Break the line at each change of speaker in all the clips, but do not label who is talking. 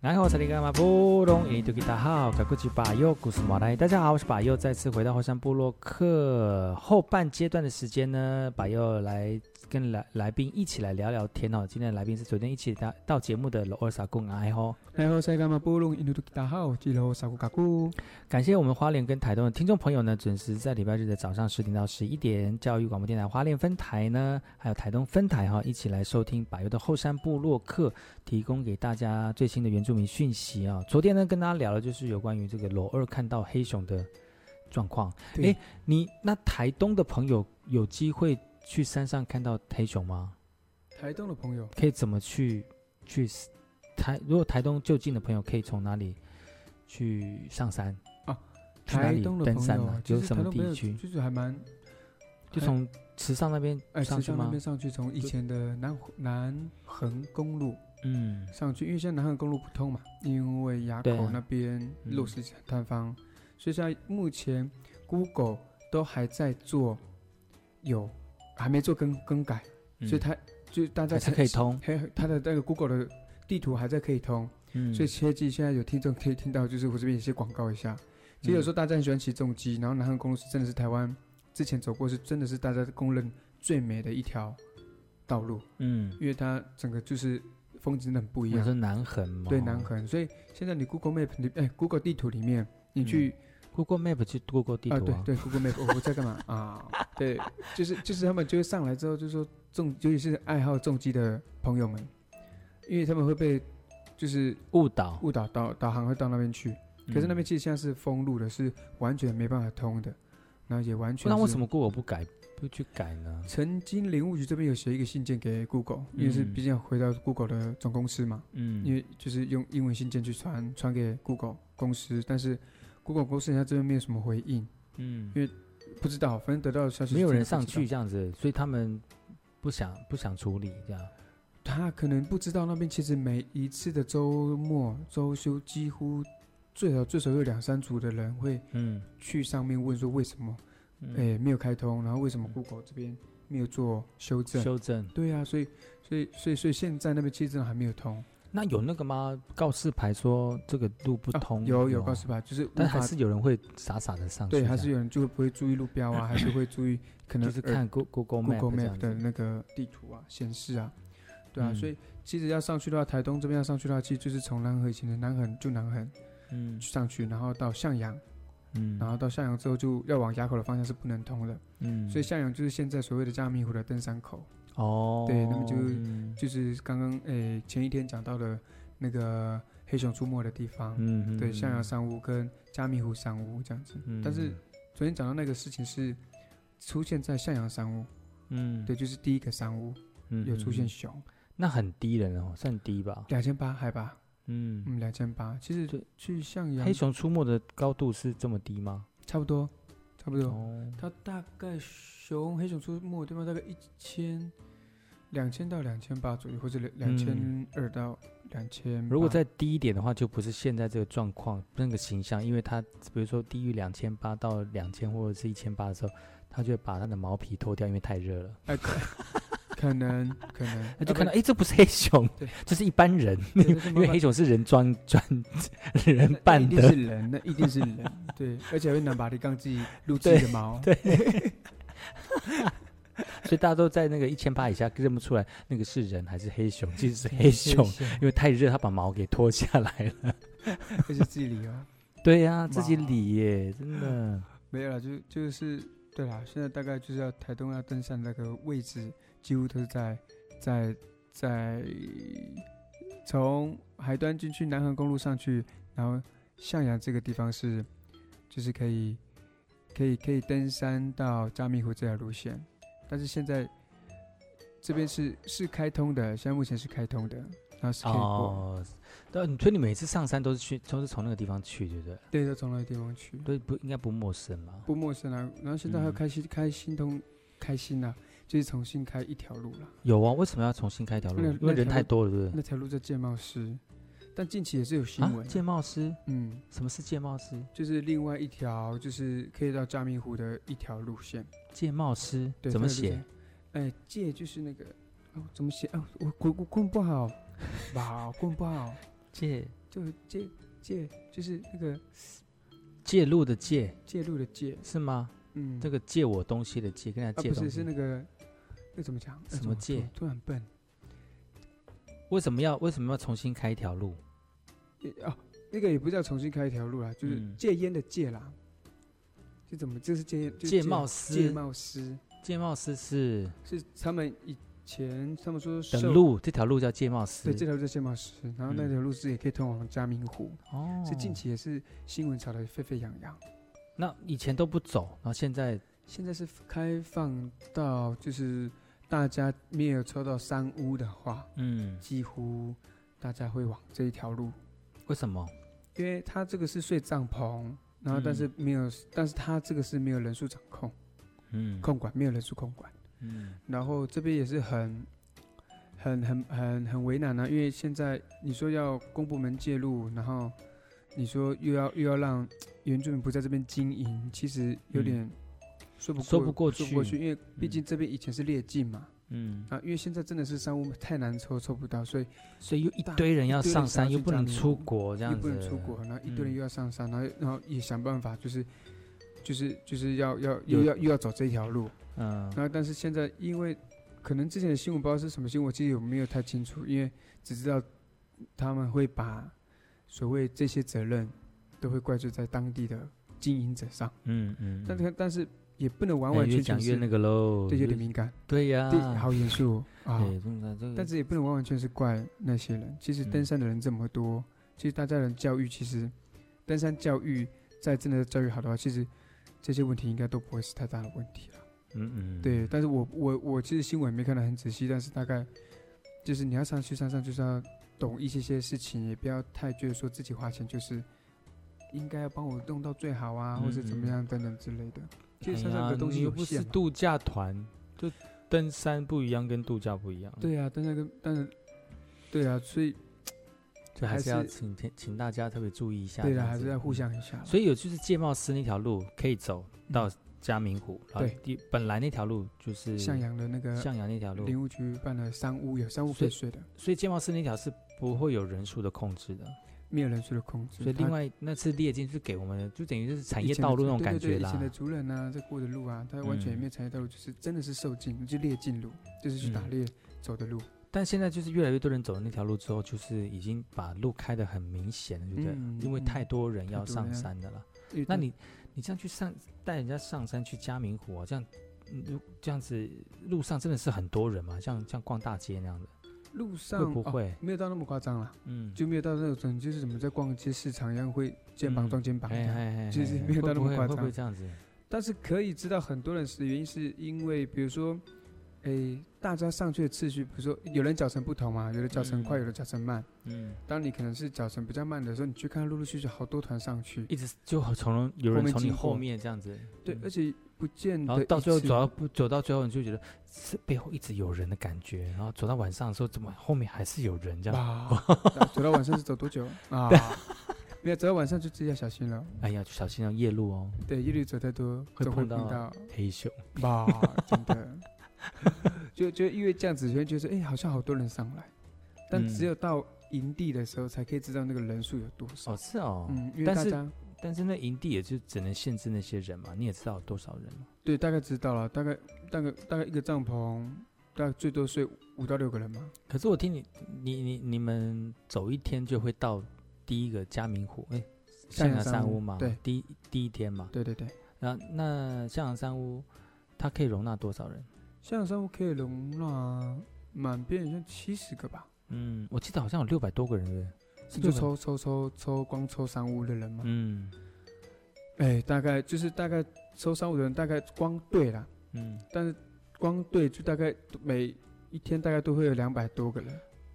然后才林干嘛不懂印度吉他好，赶快去把右古斯马来。大家好，我是把右，再次回到后山部落客后半阶段的时间呢，把右来跟来来宾一起来聊聊天哦。今天的来宾是昨天一起到到节目的罗尔萨贡哎吼，
然后塞干嘛布隆印度吉达号，吉罗萨古卡古。
感谢我们花莲跟台东的听众朋友呢，准时在礼拜日的早上十点到十一点，教育广播电台花莲分台呢，还有台东分台哈、一起来收听百优的后山部落客，提供给大家最新的原住民讯息啊、昨天呢，跟大家聊了就是有关于这个罗二看到黑熊的状况。
对
诶你那台东的朋友有机会去山上看到黑熊吗？
台东的朋友，
可以怎么去去台？如果台东就近的朋友，可以从哪里去上山？去哪
哦台
里
东的
登
朋
山
友
啊
啊，其
有
实
什
台
么
东朋
地
友
区
就是还蛮，
就
还
从池上那边
哎，
上
池
去
上那
吗
边？上去，从以
就
前的南湖南横公路
嗯，
上去，因为现在南横公路不通嘛，因为垭
对啊
口那边
嗯
路是很塌方，所以现在目前 Google 都还在做，有还没做更更改，所以它就是大家
嗯还是可以通。
还它的那个 Google 的地图还在可以通。
嗯，
所以切记，现在有听众可以听到，就是我这边也是广告一下。其实有时候大家很喜欢骑重机，然后南横公路是真的是台湾之前走过是真的是大家公认最美的一条道路，
嗯，
因为它整个就是风景真的很不一
我说
样。
南横嘛，
对南横，所以现在你 Google Map 里哎 Google 地图里面，你去、
，Google Map 去 Google 地
啊
图
对
啊，
对 Google Map 我我在干嘛啊？对，就是就是他们就会上来之后就说重，尤其是爱好重机的朋友们，因为他们会被就是
误导。
误导导导航会到那边去。可是那边
嗯，
其实现在是封路的，是完全没办法通的，然后也完全
嗯那为
是
什么 Google 不
嗯
改不去改呢？
曾经林务局这边有写一个信件给 Google，、因为是
嗯
毕竟回到 Google 的总公司嘛，
嗯，
因为就是用英文信件去传传给 Google 公司，但是 Google 公司它这边没有什么回应，
嗯，
不知道，反正得到的消息是
没有
真的
人
不知道
上去，这样子，所以他们不想不想处理这样。
他可能不知道那边其实每一次的周末周休几乎最少最少有两三组的人会
嗯，
去上面问说为什么
嗯
诶、哎没有开通，然后为什么 Google 这边没有做修正？
修正。
对啊，所以所以所以所以现在那边其实真的还没有通，
那有那个吗？告示牌说这个路不
啊
通，
有有
吗
告示，牌，就是无
但还
法
是有人会傻傻的上去这
对，
样。
还是有人就会不会注意路标啊，还是会注意可能
就是
耳
看 Go- Google
Google
Map 这
Map
样
的
子。
那个地图啊显示啊，对啊，
嗯
所以其实要上去的话，台东这边要上去的话，其实就是从南横以前的南横就南横
嗯
上去，然后到向阳，然
嗯
后到向阳之后就要往垭口的方向是不能通的，
嗯，
所以向阳就是现在所谓的加密湖的登山口。
哦，
对那么就
嗯
就是刚刚诶前一天讲到的那个黑熊出没的地方，
嗯，
对，象牙
嗯，
山屋跟加密湖山屋这样子。
嗯
但是昨天讲到那个事情是出现在象牙山屋，
嗯，
对，就是第一个山屋
嗯，
有出现
嗯，嗯
熊，
那很低人哦，算低吧？
两千八海拔，
嗯，
嗯，两千八。其
对
实去象牙
黑熊出没的高度是这么低吗？
差不多，差不多，
哦，
它大概熊黑熊出没的地方大概一千。两千到两千八左右，或者两两千二到两千。
嗯如果再低一点的话，就不是现在这个状况那个形象，因为它比如说低于两千八到两千或者是一千八的时候，它就会把它的毛皮脱掉，因为太热了。
哎，对 可能可能，
那就看到，
啊
哎，这不是黑熊
对，
这是一般人，
不 对对
因为黑熊是人装装人
那
扮
那一
的，
定是人，那一定是人，对，而且还会拿马力杠自己撸自己的毛，
对 所以大家都在那个一千八以下认不出来那个是人还是黑熊，其实是黑 熊，因为太热，它把毛给脱下来了。
而且自己理哦，
对呀、自己
哇
理耶，真的。
没有啦，就就是对啦，现在大概就是要台东要登山那个位置，几乎都是在在在从海端进去南横公路上去，然后向阳这个地方是就是可以可以可以登山到加密湖这条路线，但是现在这边是是开通的，现在目前是开通的，然后 skateboard，、
哦，对，所以你每次上山都是去，都是从那个地方去，对不对？
对，就从那个地方去，
对，不应该不陌生嘛。
不陌生啊。然后现在还有
嗯
开新、开新通开新啊，就是重新开一条路了。
有啊，为什么要重新开一条路？
那
因为
那
人
条
太
路
多了，对不
那条路叫界贸师，但近期也是有新
对？嗯啊，
闻，
界贸师，
嗯，
什么是界贸师？
就是另外一条就是可以到加密湖的一条路线。
界贸师
对，
怎么
它的路
写
线？？哎，界就是那个哦，怎么写？哦，我我我棍不好， 哇，棍不好，
界
就界界就是那个
界路的界
介入的介，
是吗？
嗯，
这个借我东西的借，跟人
啊
家借
不
东
是
西，
是那个那怎么讲？哎
什
怎
么
说
界
突然笨，
为什么要为什么要重新开一条路？
也哦，那个也不叫重新开一条路啦，就是
嗯
戒烟的戒啦。是怎么？这是戒就是
戒
戒
冒
戒
师，
冒师
界贸师是
是他们以前他们说
等
受
路，这条路叫界贸
对这
师。
条路叫戒冒师，然后那
嗯
条路是也可以通往嘉明湖，
哦，
是近期也是新闻炒得沸沸扬扬。
那以前都不走，然后现在
现在是开放到就是大家没有抽到三屋的话，
嗯，
几乎大家会往这一条路，
为什么？
因为他这个是睡帐篷，然后但是没有，但是他这个是没有人数掌控
嗯
控管，没有人数控管，
嗯
然后这边也是很。很很很很为难啊，因为现在你说要公部门介入，然后你说又要又要让原住民不在这边经营，其实有
嗯
点说不
说不过
说不过
去
去，因为
嗯
毕竟这边以前是列禁嘛，
嗯，
啊，因为现在真的是商务太难抽，抽不到，所以
所以又一
大
堆人要
一堆人
上
想
山，
要
又
去
不能
加冕
出国，这
又
样子
不能出国，然后一堆
嗯
人又要上山，然后然后也想办法，就是就是就是要要
有
又要又要走这条路，
嗯
然后但是现在因为可能之前的新闻不知道是什么新闻，我其实我没有太清楚，因为只知道他们会把所谓这些责任都会怪罪在当地的经营者上，
嗯嗯，
但
嗯
是但是也不能完
哎
完
越
全全
讲越
是
那个喽，
对有
越
点敏感，
对呀，
对，好严肃哦啊。
对，这个这个
但是也不能完完全是怪那些人。其实登
嗯
山的人这么多，其实大家人教育，其实登山教育在真的教育好的话，其实这些问题应该都不会是太大的问题了。啊
嗯嗯，
对，但是我我我其实新闻也没看得很仔细，但是大概就是你要上去山上就是要懂一些些事情，也不要太觉得说自己花钱就是应该要帮我弄到最好啊，或者怎么
嗯嗯
样等等之类的。其
哎
实山上
呀
的东西
你又
有
不
限
是
嘛
度假团，就登山不一样，跟度假不一样。，
对啊，但那个但是对啊，所以
就还
还
是要
是
请天请大家特别注意一下。
对
这
了，
样
还是
子
要互。相一下。
嗯所以有就是界贸师那条路可以走到嘉明湖，然后
嗯对
第本来那条路就是
向阳的那个
向阳那条路，
林务局办了三屋，有三屋
所
可
以
以睡的，
所以界贸师那条是不会有人数的控制的。
没有人睡的空置。
所以
他
另外那次列进是给我们的，就等于就是产
以
业
前的
啊道路那
族
种
对
感
对对
觉
以
啦嗯
前。的族人啊，在过的路啊，他完全也没有产业道路，就是真的是受禁，就猎禁路，就是去打
嗯
猎走的路。
但现在就是越来越多人走了那条路之后，就是已经把路开得很明显了，对不对？
嗯
因为
嗯
太多人要
多
上
人
山的啦。
因为
那
他
你你这样去上带人家上山去嘉明湖啊，这样嗯如这样子路上真的是很多人嘛？像像逛大街那样的，
路上
会不
哦
会？
没有到那么夸张啦，
嗯，
就没有到那种就是怎么在逛街市场一样会肩膀
嗯
撞肩膀一
哎
样。
哎哎，
其
哎
实
哎
没有到
会
那
不
么
会
夸
会不会
张
这样子？
但是可以知道很多人死的原因，是因为比如说，诶，大家上去的次序，比如说有人脚程不同嘛，有的脚程
嗯
快，有的脚程慢。
嗯，
当你可能是脚程比较慢的时候，你去看陆陆续续好多团上去，
一直就好从有
后
人
面
从你
经
后
过
面这样子，
对，
嗯
而且不见
然后
得
到
一
最后
次
走到不走到最后，你就觉得是背后一直有人的感觉，然后走到晚上的时候，怎么后面还是有人这样？
哇，走到晚上是走多久啊？没有，走到晚上就自己要小心了。
哎呀，小心要夜路哦，
对，一律走太多，
会
总会
碰
碰
到
到
黑熊。
哇，真的。 就就因为这样子，就会觉得哎、好像好多人上来，但只
嗯
有到营地的时候才可以知道那个人数有多少。
哦，是哦，
嗯，因为
但
大
是
家
但是那营地也就只能限制那些人嘛，你也知道有多少人嘛。
对大概知道了，大概大概大概一个帐篷，大概最多睡五到六个人嘛。
可是我听你，你你你们走一天就会到第一个嘉明湖，哎，
向阳
阳
山
山
屋
屋嘛，
对
第一第一天嘛，
对对对，
然后那向阳山屋它可以容纳多少人？
象山屋可以容纳满遍像七十个吧。
嗯，我记得好像有六百多个人，对不对？是
你就
六百
抽抽抽抽光抽三屋的人嘛，
嗯
哎、大概就是大概抽三屋的人，大概光队啦，
嗯，
但是光队就大概每一天大概都会有两百多个人，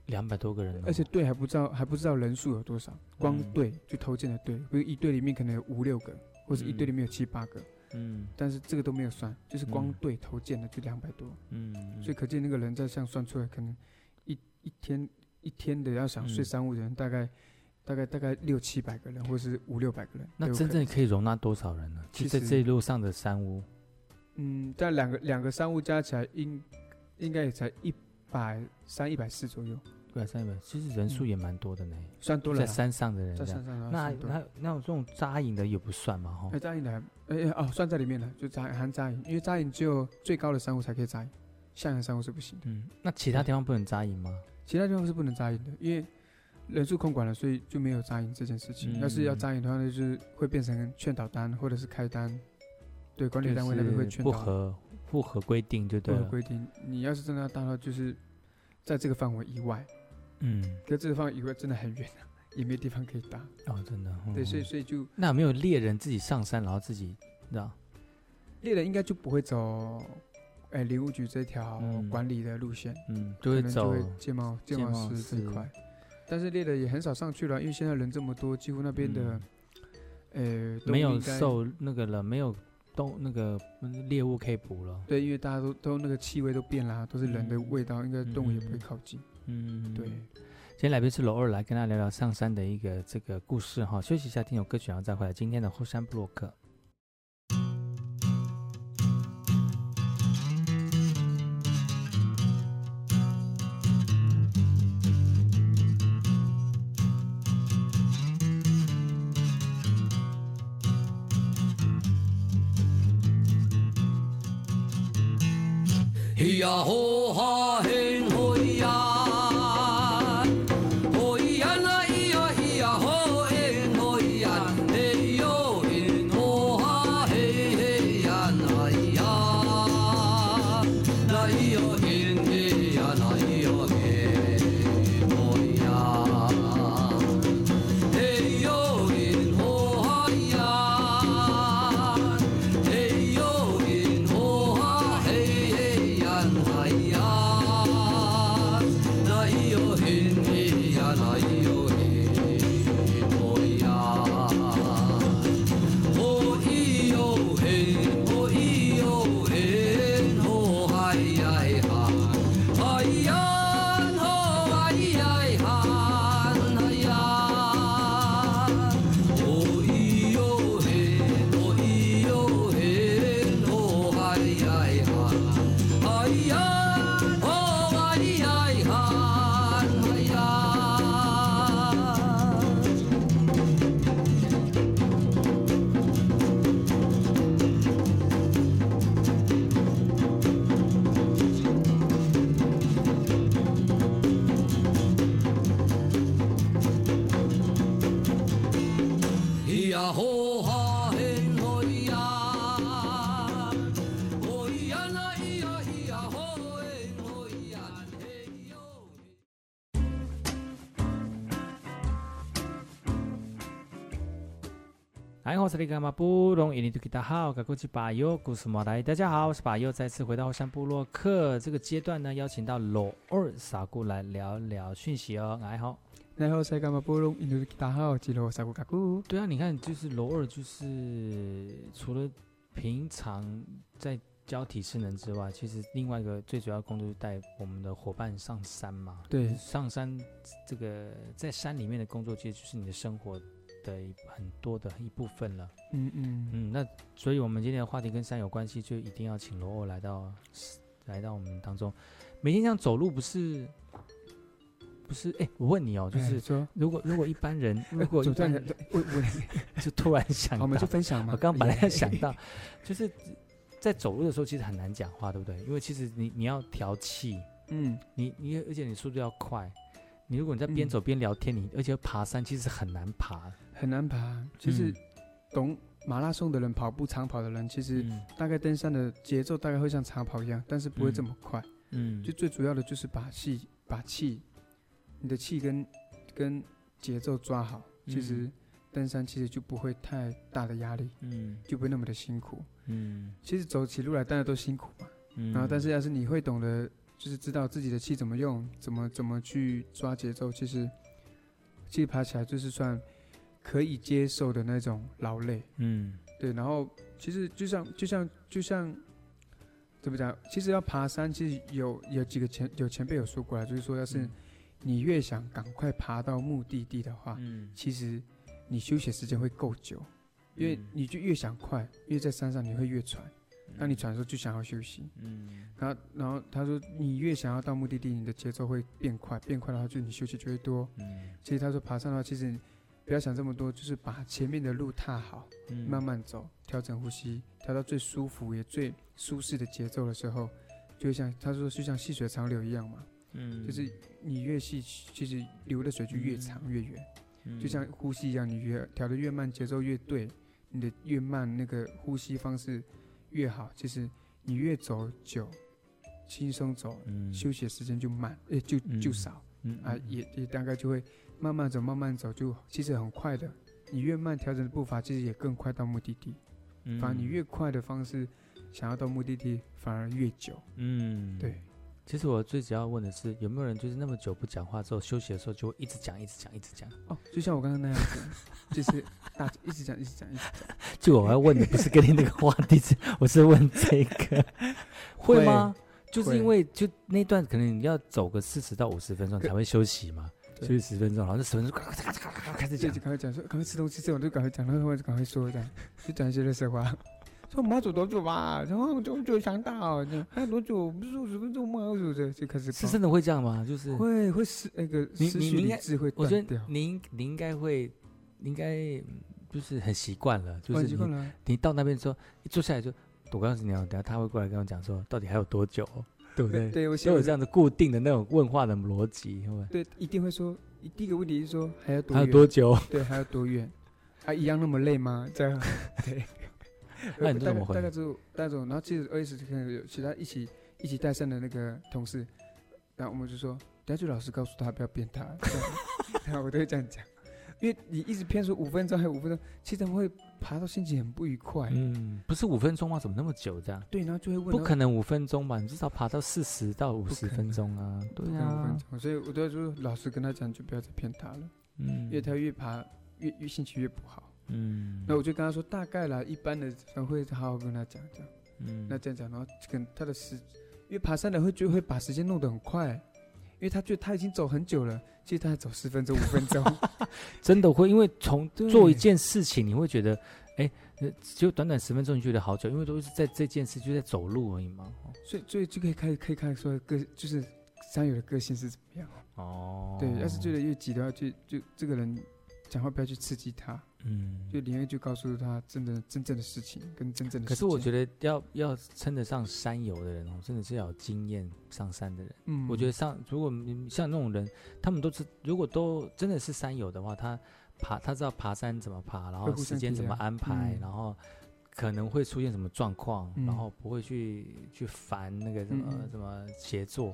两百多个人哦、
而且队还不知道还不知道人数有多少，光
嗯
队就投进的队，比如一队里面可能有五六个，或者一队
嗯
里面有七八个，
嗯
但是这个都没有算，就是光
嗯
队投进的就两百多，
嗯，
所以可见那个人在像算出来，可能一一天一天的要想睡
嗯
三五人，大概大概大概六七百个人，或是五六百个人都
那
有可能。
真正可以容纳多少人呢？就在
其实
这一路上的山屋，
嗯，但两个两个商务加起来应应该也才一百三一百四左右，
一百啊三百，其实人数也蛮多的呢，
算多了
在
啦。
山上的人
嗯啊在
这样。
山上的话
那
算多了，
那那种这种扎营的也不算嘛，哈
哎，。扎营的还，哎哎哦，算在里面了，就扎含扎营，因为扎营只有最高的商务才可以扎营，下游商务是不行的，
嗯，那其他地方不能扎营吗？
其他地方是不能扎营的，因为人数控管了，所以就没有扎营这件事情。要是要
嗯
扎营的话，那就是会变成劝导单或者是开单，对管理单位那边会
就是
劝
不
导，
合不合规定就
不
对啊
合
了。
规定。你要是真的要达到，就是在这个范围以外，
嗯，
可这个范围以外真的很远啊， 也没地方可以搭。
哦，真的。
对，所以
嗯
所以就
那有没有猎人自己上山，然后自己，你知道？
猎人应该就不会走，哎，林务局这条
嗯
管理的路线，
嗯，就
可
会
能
走
就。会戒茂戒
戒
茂
茂
师这一
师
块。但是猎人也很少上去了，因为现在人这么多，几乎那边的，呃，动
嗯没
物
有
应该
受那个了，没有动那个嗯猎物可以捕了。
对，因为大家都都那个气味都变啦，都是人的
嗯
味道，应该动物也不
嗯
会靠近。
嗯，
对，
今天来宾是楼二，来跟大家聊聊上山的一个这个故事哈。休息一下，听首歌曲，然后再回来今天的后山部落客。
咿呀吼哈嘿吼咿呀，吼咿呀那咿呀咿呀吼嘿吼咿呀，嘿哟嘿吼哈嘿嘿呀那咿呀，那咿哟嘿嘿呀那咿哟嘿吼咿呀。Hey yo in Ohio, hey yo in Ohio, hey hey yan Ohio, na yo in ya na yo in Ohio, oh yo in oh yo in Ohio. 哎呀，哦哎呀呀，哎呀，哦咿哟嘿，哦咿哟嘿，哦哎呀呀，哎呀，哦哎呀呀，哎呀。咿呀吼哈嘿吼咿呀，吼咿呀那咿呀咿呀吼嘿吼咿呀嘿哟。
哎，我是那个马布隆，印尼土吉达好，噶古吉巴尤，古斯莫来，大家好，我是巴尤，再次回到后山部落客这个阶段呢，邀请到罗二傻姑来聊聊讯息哦。哎好，
然后塞干嘛波隆印度吉达号吉罗萨古嘎古，
对啊，你看，就是罗二，就是除了平常在教体适能之外，其实另外一个最主要的工作就是带我们的伙伴上山嘛。
对
上山这个在山里面的工作，其实就是你的生活的一很多的一部分了。
嗯嗯，
嗯，那所以我们今天的话题跟山有关系，就一定要请罗欧来到来到我们当中。每天这样走路不是不是？哎、我问你哦，就
哎
是
说，
如果如果一般人， 如
哎
果一
走断
般
了
人，
我 我
就突然想
好哦我们
到
就，分享嘛。
我刚本来
哎
要想到，就是在走路的时候其实很难讲话，对不对？因为其实你你要调气，
嗯，
你你而且你速度要快。你如果你在边
嗯
走边聊天，你而且爬山其实很难爬。
很难爬。其实
嗯
懂马拉松的人、跑步长跑的人，其实
嗯
大概登山的节奏大概会像长跑一样，但是不会
嗯
这么快。
嗯，
就最主要的就是把气、把气，你的气跟跟节奏抓好，其实
嗯
登山其实就不会太大的压力，
嗯
就不会那么的辛苦。
嗯
其实走起路来当然都辛苦嘛，
嗯，
然后但是要是你会懂得就是知道自己的气怎么用，怎么怎么去抓节奏，其实其实爬起来就是算可以接受的那种劳累。
嗯
对，然后其实就像就像就像怎么讲？其实要爬山，其实有有几个前有前辈有说过来，就是说，要是
嗯
你越想赶快爬到目的地的话，
嗯
其实你休息时间会够久，因为
嗯
你就越想快，越在山上你会越喘。当你喘的时候就想要休息，
嗯
然后然后他说你越想要到目的地，你的节奏会变快，变快的话就你休息就会多。
嗯
其实他说爬山的话，其实不要想这么多，就是把前面的路踏好，
嗯
慢慢走，调整呼吸，调到最舒服也最舒适的节奏的时候，就会像他说就像细水长流一样嘛，
嗯
就是你越细，其实流的水就越长越远，
嗯
就像呼吸一样，你越调的越慢，节奏越对，你的越慢那个呼吸方式越好，其实你越走久，轻松走，
嗯
休息的时间就慢，诶、就就
嗯
少。
嗯
啊，
嗯
也也大概就会慢慢走，慢慢走，就其实很快的。你越慢调整的步伐，其实也更快到目的地。
嗯
反而你越快的方式，想要到目的地反而越久。
嗯
对。
其实我最主要问的是，有没有人就是那么久不讲话之后，休息的时候就会一直讲、一直讲、一直讲？
哦，就像我刚刚那 样子，就是大一直讲，一直讲，一直讲。
就我要问的不是跟你那个话题是，我是问这 个，会吗？就是因
会
为就那段可能你要走个四十到五十分钟才会休息嘛，休
对
息十分钟，然后那十分钟咔咔咔咔咔开始
就
讲
一直，赶快讲说，赶快吃东西，这种就赶快讲，然后我就赶快说这样，就讲一些热色话。 说我们要走多久吧，然后我就就想到，这样还有多久？不是五十分钟吗？二十分钟就开始
是
跑
真的会这样吗？就是
会会失那个
你
失
你
去
你应
理
该
智会
我
断
觉得
掉，
您您应该会，应该嗯就是很习惯了，就
我
是
习惯
你
了啊。
你到那边之后一坐下来就，我告诉你哦，等下他会过来跟我讲说到底还有多久哦， 对不对？
对，我
都有
我
这样的固定的那种问话的逻辑，会不会
对，一定会说。一第一个问题是说还要多
还有
远
多久？
对，还要多远？啊，一样那么累吗？这样，对。
那
呃
你都
大
怎
概
么回
大概只有那种，然后其实二十可能有其他一起一起带上的那个同事，然后我们就说，等下就老师告诉他不要变他， 这样然后我都会这样讲，因为你一直偏说五分钟还有五分钟，其实他们会爬到心情很不愉快，
嗯，不是五分钟吗？怎么那么久这样？
对，然后就会问，
不可能五分钟吧？你至少爬到四十到五十
可能
分钟啊！
能
对
五分
啊，
钟，所以我都会说老师跟他讲就不要再骗他了，
嗯
越他越爬越越心情越不好，
嗯，
那我就跟他说大概啦，一般的人会好好跟他讲这样。
嗯
那这样讲，然后可能他的时，因为爬山的会就会把时间弄得很快，因为他觉得他已经走很久了，其实他还走十分钟、五 分钟。
真的会，因为从
对
做一件事情，你会觉得，哎，呃就短短十分钟，你觉得好久，因为都是在这件事就在走路而已嘛。
所以，所以就可以看可以看出来个就是山友的个性是怎么样。
哦，
对，要是觉得越急的话，就就这个人讲话不要去刺激他，
嗯，
就宁愿就告诉他真的真正的事情跟真正的。
可是我觉
得，
得要要称得上山游的人哦，真的是要有经验上山的人。
嗯，
我觉得上如果嗯像那种人，他们都是如果都真的是山友的话，他爬他知道爬山怎么爬，然
会
后
互
时
相
间
体
怎么
谅
安排，
嗯
然后可能会出现什么状况，然
嗯
后不会去去烦那个什么、
嗯嗯
什么协作。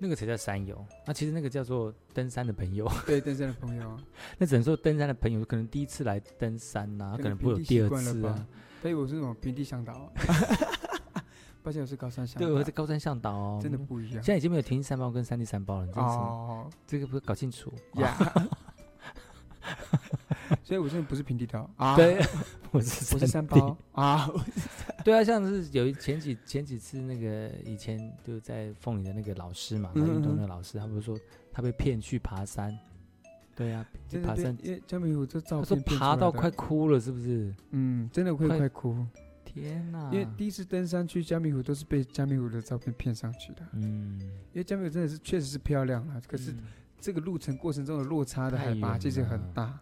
那个才叫山友，那其实那个叫做登山的朋友，
对登山的朋友，啊
那只能说登山的朋友可能第一次来登山呐、可
可
能
能
不会有
平地
第
习
二
惯了
次啊
吧。所以我是那种平地向导啊， 抱歉，我是高山向导，
对，我在高山向导、哦，
真的不一样
现。在已经没有田径三包跟山地三包了，你这个是、
哦，
这个不是搞清楚？
呀。所以我真的不是平地刀啊，
对， 我是
我是
山
三
地
包 啊，
对啊，像是有一前几前几次那个以前就在凤梨的那个老师嘛，那运动
嗯嗯嗯
那个老师，他不是说他被骗去爬山？对啊，去
真
爬
的
山
对，，因为江美虎这照
他说
片骗出
爬
来
到
的
快，哭了，是不是？
嗯，真的会
快啊
快哭，
天哪！
因为第一次登山去江美湖都是被江美湖的照片骗上去的，
嗯，
因为江美湖真的是确实是漂亮了，可是
嗯哎
这个路程过程中的落差的
太
海拔
远
其实很
了
大，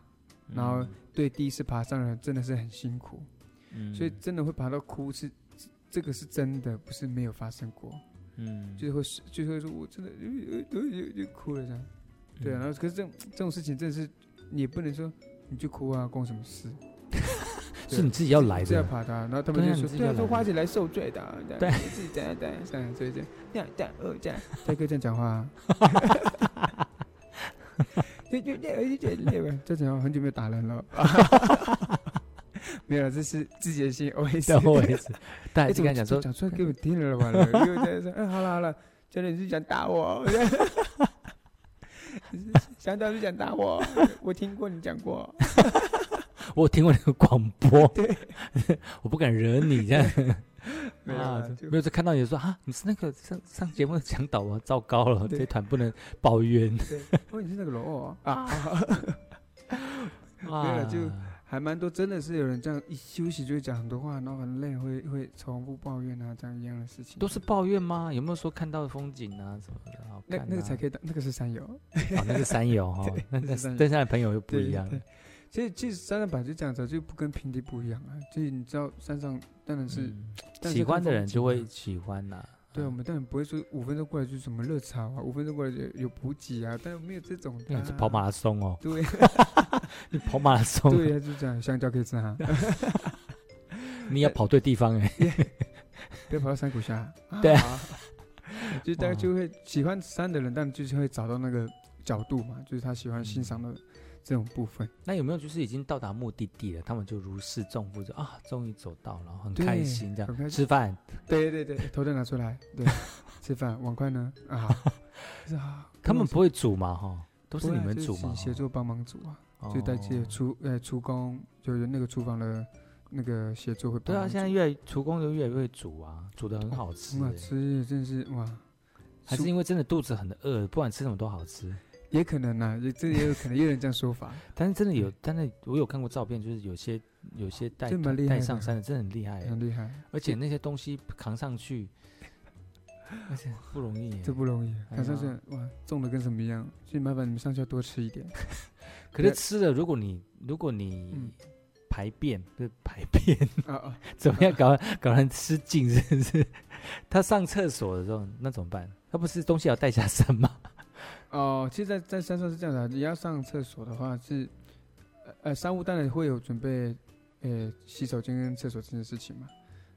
然后对第一次爬山的人真的是很辛苦，
嗯
所以真的会爬到哭是这个是真的，不是没有发生过。
嗯
就会是就会说，我真的有有有有哭了这样。对啊，
嗯
然后可是这种这种事情真的是你也不能说你就哭啊，关我什么事？
是你自己要来
这
的
样，爬的啊，然后他们
对啊
就
你
说
自己
对
要
啊，
来
说
的
花姐来受罪的啊，
对
对，你自己这样这样这样这样这样这样这样哦这样，大哥这样讲话啊。就就哦就有点累了，这讲话很久没有打人了。没有了，这是自己的心 OS。
然后我也是，但还是
怎
跟
么
他讲说，
讲出来给我听了，完了，又在说，哎，好了好了，真的是想打我， 想打是想打我，我听过你讲过，
我有听过那个广 播， 我不敢惹你这样。
没有
啊
啦，就
没有，就看到你说啊，你是那个上上节目的讲导啊，糟糕了，这团不能抱 怨
对，哦，你是那个罗哦啊，
啊，
就还蛮多，真的是有人这样一休息就会讲很多话，然后很累，会会重复抱怨啊，这样一样的事情。
都是抱怨吗？有没有说看到风景啊什么的？好
那
看啊
那个才可以当，那个是山友。
哦，那是山 友哈，那
那
那
是山友
登山的朋友又不
对
一样
对，其实其实山上本来就这样子啊，就不跟平地不一样啊。就是你知道山上当然是、
嗯
但是
喜欢
跟
的
风
人
景
就
啊
会喜欢呐。
对啊，我
嗯
们当然不会说五分钟过来就是什么热潮啊，五分钟过来有有补给啊，但没有这种的
那
啊、
你是跑马拉松哦，
对
你跑马拉松，
对啊，就这样，香蕉可以吃啊，
你要跑对地方哎。
不要跑到山谷下。啊
对
就大
哇
家就会喜欢山的人，但就是会找到那个角度嘛，就是他喜欢欣赏的这种部分。
那有没有就是已经到达目的地了，他们就如释重负，就啊，终于走到了，很
对
开心这样。
很开心
吃饭，
对对对，头灯拿出来， 对，吃饭碗筷呢啊，是啊，
他们不会煮嘛哈，都
不
是
会
你
啊
们
就是
煮嘛，
协作帮忙煮啊，
哦
就带些厨呃厨工，就是那个厨房的那个协作会帮
对
忙
啊，
煮。
现在越来厨工就越来越会煮啊，煮的很好吃
很好
欸。
吃，真是哇！
还是因为真的肚子很饿，不管吃什么都好吃。
也可能呐、也这也有可能，也有人这样说 法。
但是真的有，但是我有看过照片，就是有些有些带
嗯哦真蛮厉
带
害的嗯
上山的，真的很厉害欸，
很厉害，
而且那些东西扛上去， 而且不容易欸。
这不容易。
哎
看上
呀
去哇，重的跟什么一样，所以麻烦你们上去要多吃一 点。
可是吃了，如果你如果你
嗯
排便，不是排便，
啊啊，
怎么样搞搞人吃劲是不是？他上厕所的时候那怎么办？他不是东西要带下山吗？
哦，其实在，在山上是这样的啊，你要上厕所的话是，呃呃，商务当然会有准备，呃，洗手间跟厕所这件事情嘛。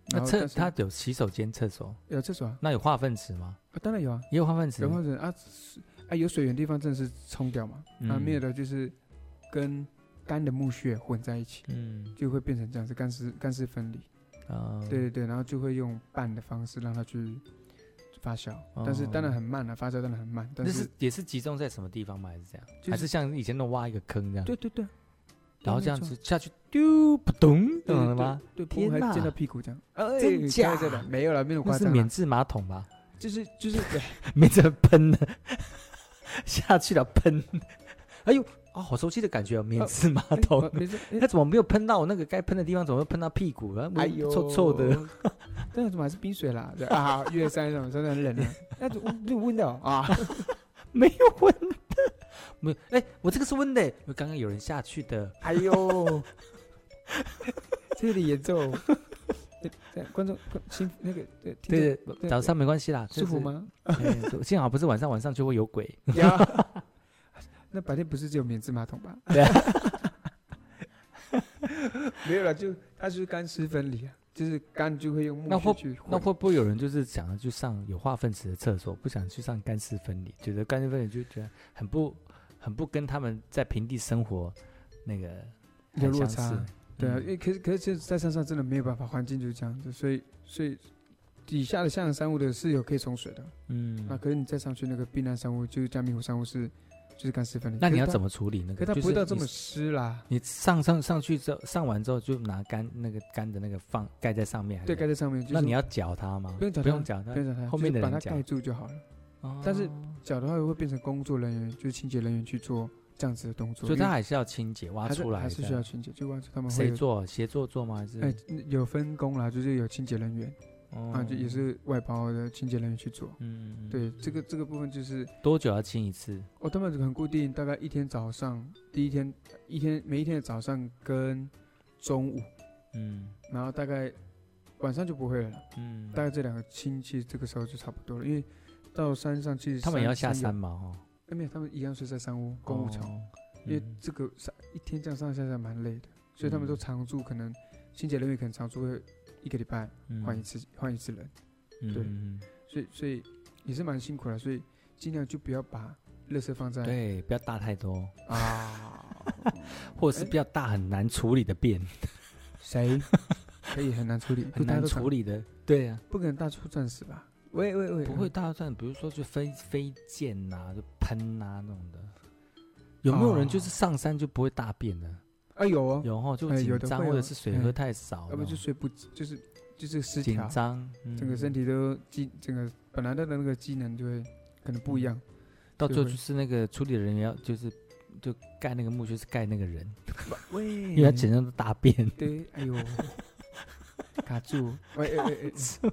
那
然后
厕
但是
他有洗手间、厕所，
有厕所啊，
那有化粪池吗？
啊当然有啊，
也有化粪池
有，或者啊是啊有水源地方真的是冲掉嘛，啊
嗯
没有的就是跟干的木屑混在一起，
嗯
就会变成这样子干湿干湿分离。
啊，
对对对，然后就会用拌的方式让它去发酵，但是当然很慢了、啊发酵当然很慢，但
哦那
是
是也是集中在什么地方吗？还是这样？
就是
还是像以前那种挖一个坑这样？
对对对，
然后这样子下去丢，扑咚，
对
懂了吗？？
对，对
天
对还
哪
溅到屁股这样，哎
真假
开玩笑的没有了，没有
那
夸
是
张啊
免
啦，
治马桶吧？
就是就是对
免治喷的， 下去了喷， 哎呦，哦，好熟悉的感觉哦，免治马
哎
桶
我。 没事，哎
他怎么没有喷到我那个该喷的地方？怎么会喷到屁股了？
哎呦，
臭臭的。，
但是怎么还是冰水啦？对啊，越山上真的很冷啊，那就温就温的哦啊，
没有温的，没有。哎、我这个是温的、刚刚有人下去的，
哎呦，这有点严重。哎哎观众，观新那个对听
对
众
对，早上没关系啦，
舒服？吗？
哎幸好不是晚上，晚上就会有鬼。
呀，那白天不是只有免治马桶吧？
对啊
没有了，就它就是干湿分离啊，就是干就会用木
那
屑
或
去混
那会不会有人就是想要去上有化粪池的厕所，不想去上干湿分离，觉得干湿分离就觉得很不很不跟他们在平地生活那个
有
很
落
相
差
似
啊。对啊，
嗯
因为可是可是，在山上真的没有办法，环境就是这样子，所以所以底下的向阳山屋的是有可以冲水的，
嗯，
那可是你再上去那个避难山屋，就是嘉明湖山屋是就是干湿分离。
那你要怎
么？
么处理那
可
个？
它
就
不会
是
到这
你
么湿啦，
你上上上去之后，上完之后就拿干那个干的那个放盖在上面，还是
对，盖在上面。就是
嗯那你要搅它吗？
不用搅它
不用搅它
不。要让它，
啊后面
就是
的
把
人
它
讲
盖住就好了。
哦
但是搅的话会变成工作人员，就是清洁人员去做这样子的动作，
所以
因为
它还是要清洁挖
还是
出来
还
的，
是需要清洁，就完成他们会
谁
有
做？协作做吗？还是
哎有分工啦，就是有清洁人员啊，
哦
就也是外包的清洁人员去做。
嗯，嗯
对，这个这个部分就是
多久要清一次？
哦，他们很固定，大概一天早上，第一天一天每一天的早上跟中午，
嗯
然后大概晚上就不会了啦，
嗯，
大概这两个亲戚这个时候就差不多了，因为到山上其实
他们也要下
友
山，嘛？哈，
哎没有，他们一样睡在山屋公务场。
哦，
因为
嗯
这个上一天这样上下下蛮累的，所以他们都
嗯
常住，可能清洁人员可能常住会一个礼拜换一次换一次人，
嗯
对
嗯
所以所以也是蛮辛苦的，所以尽量就不要把垃圾放在
对，不要大太多，
啊，
或者是
哎
不要大很难处理的便，
谁可以很难处理，
很难处
理，
理的，对呀，啊
不可能大出战死吧？喂喂喂，
不会大算，比如说就飞飞溅呐、就喷呐、啊那种
哦
的。有没有人就是上山就不会大便呢？
啊有哦，
有哦，就
哎
紧
有的
张，
会
或者
哦
是水
哎
喝太少那
要
种，
不就睡不就是就是失
紧
调，
张，嗯
整个身
体
体都机整个本来的那个机能就会可能不
嗯
一样。
到
就
最后
会
就是那个处理的人员要就是就盖那个墓，就是盖那个人，
嗯喂，
因为他整张都大便。
对，哎呦，卡住，喂哎哎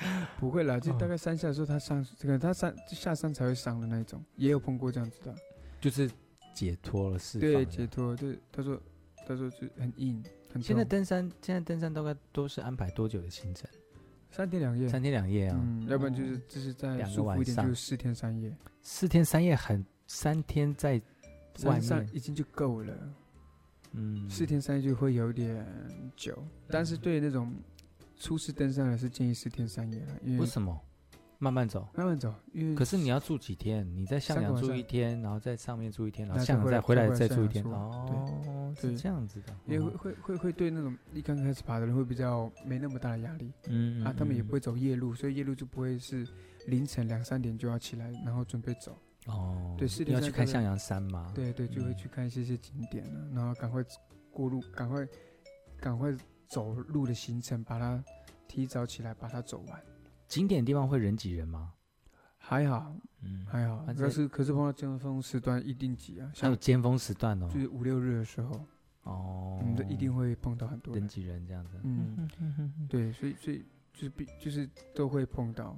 哎， 不会啦，就
嗯
大概三下的时候他上，这个他上就下山才会上的那一种，也有碰过这样子的。
就是解脱了，释放
对，
了。
解脱，对，他说他说就很硬，很
现在
痛
登山，现在登山大概都是安排多久的行程？
三天两夜，
三天两夜啊，
嗯，要不然就是
哦
就是再
两个
舒服
晚
一点，
上
就是四天三夜，
四天三夜很，三天在外
山上
面，
已经就够了。
嗯，
四天三夜就会有点久，但是对那种初次登山来是建议四天三夜了，因
为
为
什么？慢慢走。
慢慢走，因为
可是你要住几天？你在向
三个
阳
晚
住
上
一天，然后在上面住一天，然
然
后
后
向
再
阳
回
再回来
来再回来
再
向
住一
阳
天。
住
哦，
对
是这样子的。
也会
哦
会会会对那种一刚开始爬的人会比较没那么大的压力
嗯
啊，他们也不
会
会走夜路，所以夜路就不会是凌晨两三点就要起来，然后准备走。
哦，
对四
你
天
要
三
去
夜
看
大概
向阳山吗？，
对对，就会
嗯
去看一些些景点啊，然后赶快过路，赶快赶快走路的行程，把它提早起来，把它走完。
景点地方会人挤人吗？
还好
嗯，
还好，
反
可
正
是可是碰到尖峰时段一定挤啊，
还有哦
像
尖峰时段哦
就。是五六日的时候，
哦
我，们都一定会碰到很多
人
人。
挤人这样子。
嗯，对，所以所以就是必就是都会碰到。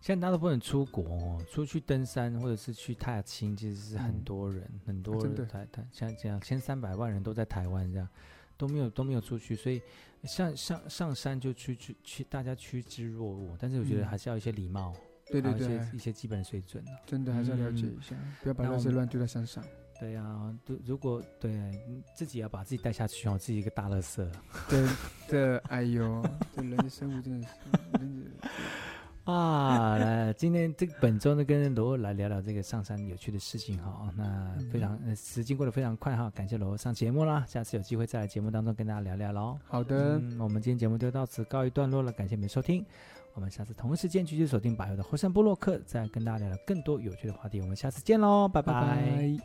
现在大家都不能出国哦，出去登山或者是去踏青，其实是很
嗯
多人，很多
真
人
的
台台像这样，千三百万人都在台湾这样，都没有都没有出去，所以像上上山就趋趋趋，大家趋之若鹜，但是我觉得
嗯
还是要一些礼貌，
对对
还有一
对，
些一些基本水准啊。
真的还是要了解
嗯
一下，不要把
那
垃
我
圾
们
乱丢在山 上。
对啊，如如果对嗯自己要把自己带下去哦，自己一个大乐色
真的，哎呦， 这人的生物真的是，真的
啊！来，今天这本周呢，跟罗欧来聊聊这个上山有趣的事情哈、哦那非常、呃时间过得非常快哈、感谢罗欧上节目啦，下次有机会再来节目当中跟大家聊聊喽。
好的，
嗯，我们今天节目就到此告一段落了，感谢你们收听。我们下次同一时间继续锁定百油的后山部落客，再跟大家聊聊更多有趣的话题。我们下次见喽，拜
拜拜。